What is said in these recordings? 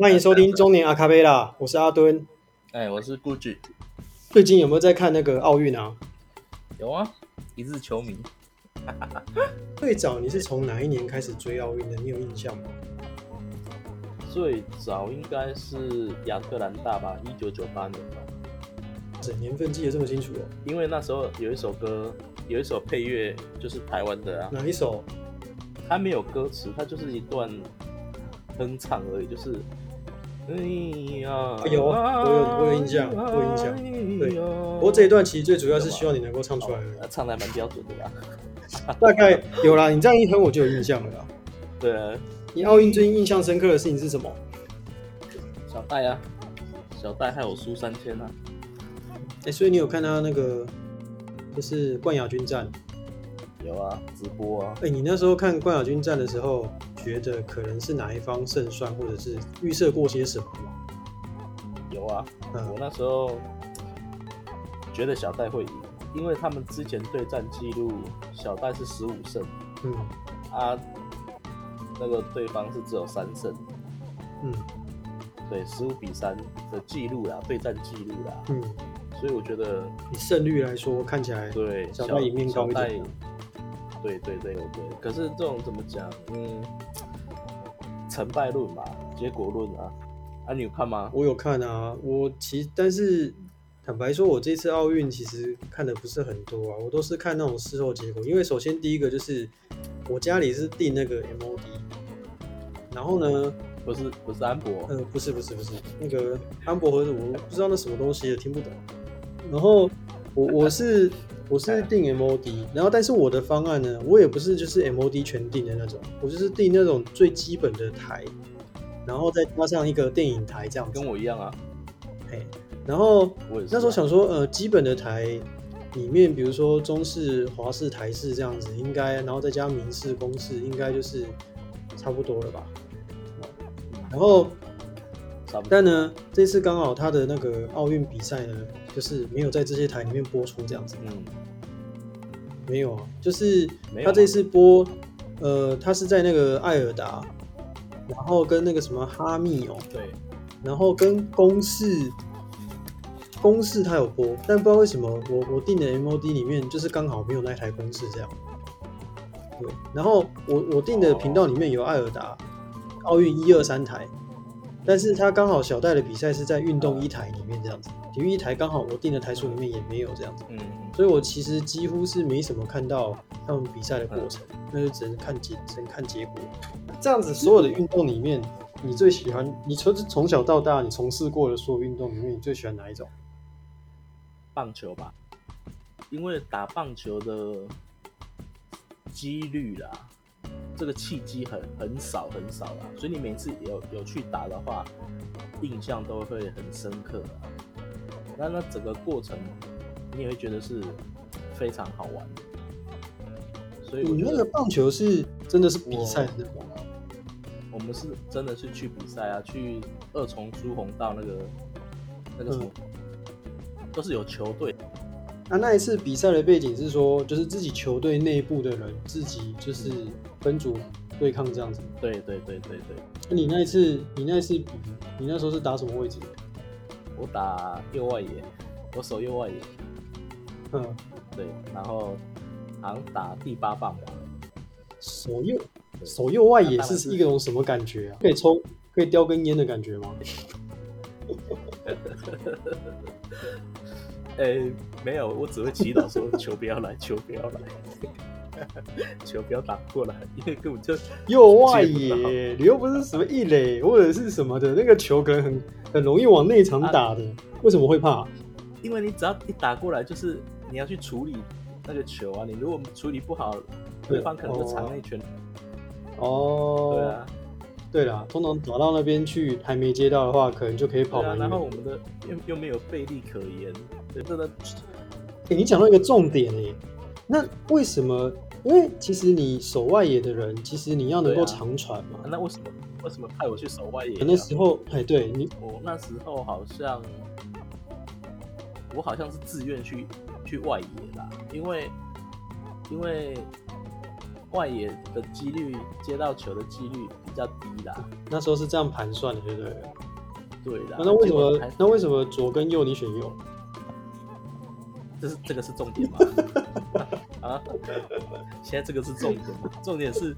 欢迎收听中年阿卡贝拉，我是阿敦。哎、我是 Gucci，最近有没有在看那个奥运啊？有啊，一日球迷。最早你是从哪一年开始追奥运的？你有印象吗？最早应该是亚特兰大吧，一九九八年吧，整年份记得这么清楚哦？因为那时候有一首歌，有一首配乐就是台湾的啊，哪一首？它没有歌词，它就是一段哼唱而已，就是。哎呀有我有我有印象我有印象对对，不不过这一段其实最主要是希望你能够唱出来而已唱的还蛮标准的啦。大概有啦，你这样一哼我就有印象了啦。对啊，你奥运最印象深刻的事情是什么？小戴啊，小戴还有输三千啊，哎、所以你有看他那个就是冠亚军战？有啊，直播啊，哎、你那时候看冠亚军战的时候，觉得可能是哪一方胜算，或者是预设过些什么吗？有啊，我嗯，那时候觉得小戴会赢，因为他们之前对战记录，小戴是十五胜嗯啊，那个对方是只有三胜，嗯对，十五比三的记录啦，对战记录啦，嗯，所以我觉得以胜率来说，看起来对小戴赢面高一点小戴对对对对，可是这种怎么讲，嗯，成败论嘛，结果论啊，啊你有看吗？我有看啊，我其实但是坦白说，我这次奥运其实看的不是很多啊，我都是看那种事后结果。因为首先第一个就是我家里是订那个 MOD，然后呢，不是不是安博，呃，不是不是不是那个安博盒子，我不知道那什么东西也听不懂。然后我我是我是订 MOD，然后但是我的方案呢，我也不是就是 MOD 全订的那种，我就是订那种最基本的台，然后再加上一个电影台这样子跟。我一样啊，嘿，哎然后我也是啊那时候想说，呃，基本的台里面，比如说中式、华式、台式这样子，应该，然后再加明式、公式，应该就是差不多了吧。然后，差不多但呢，这次刚好他的那个奥运比赛呢，就是没有在这些台里面播出，这样子嗯。没有啊，就是没有他啊吗这次播，呃，他是在那个艾尔达，然后跟那个什么哈密哦，对，然后跟公式，公式它有播，但不知道为什么我我订的 MOD 里面就是刚好没有那台公式这样。对，然后我我订的频道里面有艾尔达奥运一二三台，但是它刚好小戴的比赛是在运动一台里面这样子，体育一台刚好我订的台数里面也没有这样子，嗯，嗯所以我其实几乎是没什么看到他们比赛的过程，那就只能看结只能看结果。嗯这样子所有的运动里面，你最喜欢你从从小到大你从事过的所有运动里面，你最喜欢哪一种？棒球吧，因为打棒球的几率啦，这个契机很很少很少啦，所以你每次有有去打的话，印象都会很深刻啊。那那整个过程，你也会觉得是非常好玩的。所以我你觉那个得棒球是真的是比赛的那种吗？我们是真的是去比赛啊，去二重朱红道那个那个什么，嗯都是有球队那、那一次比赛的背景是说，就是自己球队内部的人自己就是分组对抗这样子。对对对对对，那你那一次，你那一次比，你那时候是打什么位置？我打右外野，我守右外野，嗯，对，然后好像打第八棒吧，手右手右外野是一个种什么感觉啊？可以抽，可以叼根烟的感觉吗？诶，没有，我只会祈祷说球不要来，球不要来， 球不要打过来，因为根本就右外接不到野，你又不是什么一垒或者是什么的，那个球可能很很容易往内场打的，为什么会怕？因为你只要一打过来，就是你要去处理那个球啊，你如果处理不好，对方可能就藏内圈，哦，对啊，对啦，通常打到那边去还没接到的话，可能就可以跑对啊，蛮然远。后我们的又又没有费力可言，对，真的欸你讲到一个重点诶、那为什么？因为其实你守外野的人，其实你要能够对啊长传嘛。那为什么为什么派我去守外野啊？那时候，哎，对你我那时候好像，我好像是自愿去去外野啦，因为因为外野的几率接到球的几率比较低啦。那时候是这样盘算的，对不对了？对啦，那为什结果啊还么？那为什么左跟右你选右？这是这个是重点吗？ 啊，现在这个是重点吗？重点是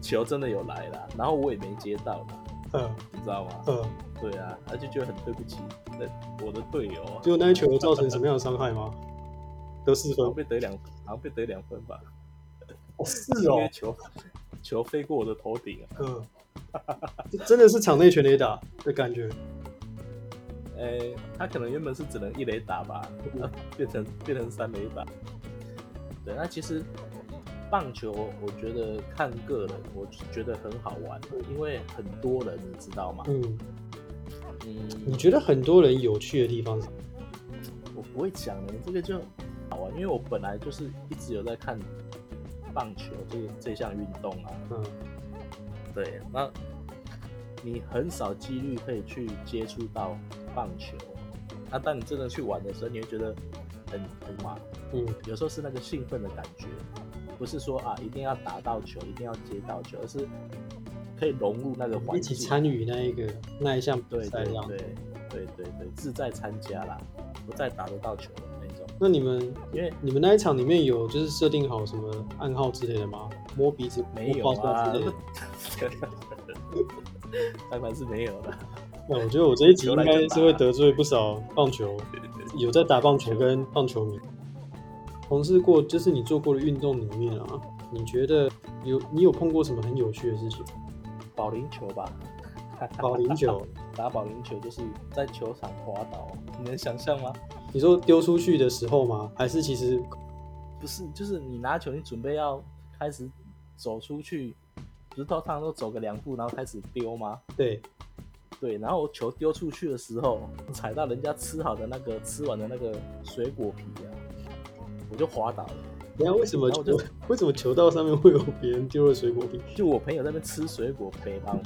球真的有来啦，然后我也没接到啦，嗯你知道吗？嗯，对啊，他就觉得很对不起那我的队友啊，结果那一球有造成什么样的伤害吗？得四好分像。被得两，好像被得两分吧，哦，是因为哦，球球飞过我的头顶啊，嗯，这嗯 真的是场内全垒打的感觉。哎、他可能原本是只能一雷打吧， 变成变成三雷打。对，那其实棒球，我觉得看个人，我觉得很好玩，因为很多人，你知道吗？嗯，你嗯，觉得很多人有趣的地方是？我不会讲的，这个就好玩，因为我本来就是一直有在看棒球这个这项运动啊。嗯对，那你很少几率可以去接触到棒球。那、当你真的去玩的时候，你会觉得很很麻嗯有时候是那个兴奋的感觉，不是说啊一定要打到球，一定要接到球，而是可以融入那个环一起境，参与那一个那一项比对赛对这样。对对对对，志在参加啦，不再打得到球的那种。那你们因为你们那一场里面有就是设定好什么暗号之类的吗？摸鼻子、没有摸包包啊之类的。， 当然是没有了。那我觉得我这一集球应来啊该就打是会得罪不少棒球有在打棒球跟棒球迷。从事过就是你做过的运动里面啊，你觉得有你有碰过什么很有趣的事情？保龄球吧，保龄球，打保龄球就是在球场滑倒，你能想象吗？你说丢出去的时候吗？还是其实不是，就是你拿球，你准备要开始走出去，不是通常都走个两步，然后开始丢吗？对对，然后球丢出去的时候，踩到人家吃好的那个吃完的那个水果皮啊，我就滑倒了。等一下为什么然后球我就为什么球道上面会有别人丢的水果皮？就我朋友在那边吃水果陪帮我，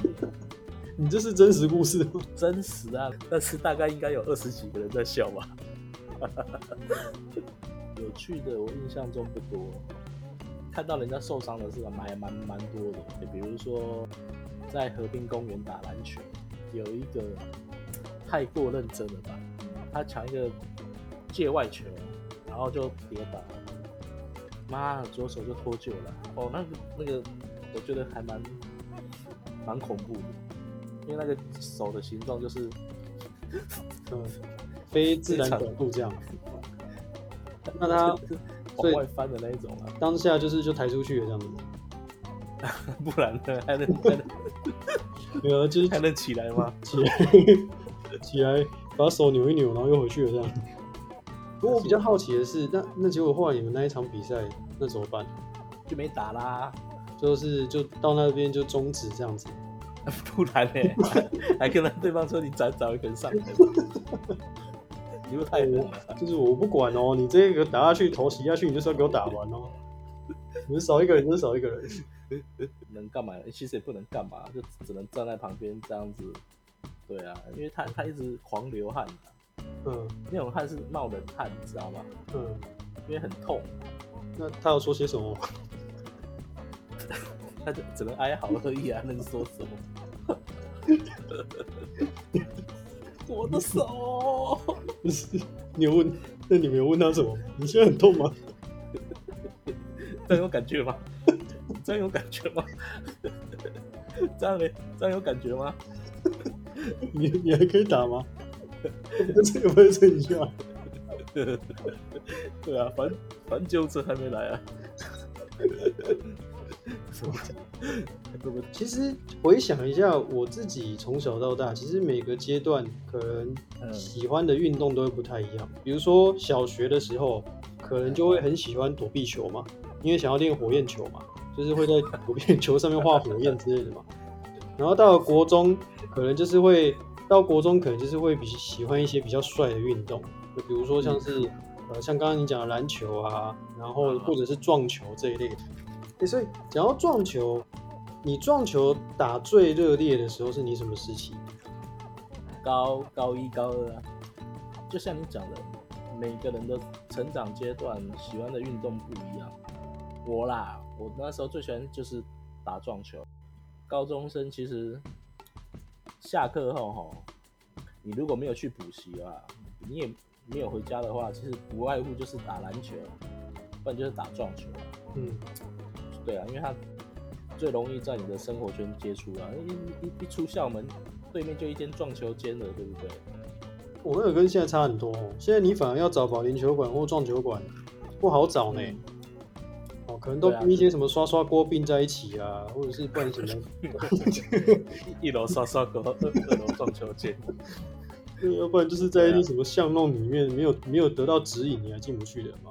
你这是真实故事吗？真实啊！但是大概应该有二十几个人在笑吧。 有趣的我印象中不多，看到人家受伤的是蛮蛮蛮多的，比如说在和平公园打篮球，有一个太过认真了吧，他抢一个界外球，然后就跌倒了，妈左手就脱臼了，哦，那个那个我觉得还蛮蛮恐怖的。因为那个手的形状就是嗯，非自然角度这样。那他就是所往以外翻的那一种啊，当下就是就抬出去了这样子， 不然呢还 能还能没有，就是还能起来吗？起来 起来，把手扭一扭，然后又回去了这样。不过我比较好奇的是，那那结果后来你们那一场比赛那怎么办？就没打啦，就是就到那边就终止这样子。 不然 呢还跟他对方说你早早一根上来，你们太狠了，就是我不管哦，你这个打下去，头洗下去，你就是要给我打完哦。你们少一个人就是少一个人，能干嘛？其实也不能干嘛，就只能站在旁边这样子。对啊，因为他他一直狂流汗、啊，嗯那种汗是冒冷汗，你知道吗？嗯。因为很痛，那他有说些什么 吗？他就只能哀嚎而已啊，能说什么？我的手，就是你有问，那你没有问他什么？你现在很痛吗？这样有感觉吗？这样有感觉吗？这样嘞，这样有感觉吗？你你还可以打吗？ 这个不会剩下，对啊，反反纠正还没来啊。什么？怎么？其实回想一下，我自己从小到大，其实每个阶段可能嗯喜欢的运动都会不太一样。比如说小学的时候，可能就会很喜欢躲避球嘛，因为想要练火焰球嘛，就是会在躲避球上面画火焰之类的嘛。然后到了国中，可能就是会到国中，可能就是会比喜欢一些比较帅的运动，就比如说像是、呃，像刚刚你讲的篮球啊，然后或者是撞球这一类的。诶所以讲到撞球，你撞球打最热烈的时候是你什么时期？高高一高二啊，就像你讲的，每个人的成长阶段喜欢的运动不一样。我啦，我那时候最喜欢就是打撞球。高中生其实下课后吼，你如果没有去补习啊，你也没有回家的话，其实不外乎就是打篮球，不然就是打撞球啊。嗯，对啊，因为它最容易在你的生活圈接触啊，一一一出校门，对面就一间撞球间了，对不对？我那个跟现在差很多哦。现在你反而要找保龄球馆或撞球馆，不好找呢。哦，可能都对啊跟一些什么刷刷锅并在一起啊，或者是不然 什么， 一楼刷刷狗，二二楼撞球间。要不然就是在一对些啊什么巷弄里面没有没有得到指引你还进不去的嘛。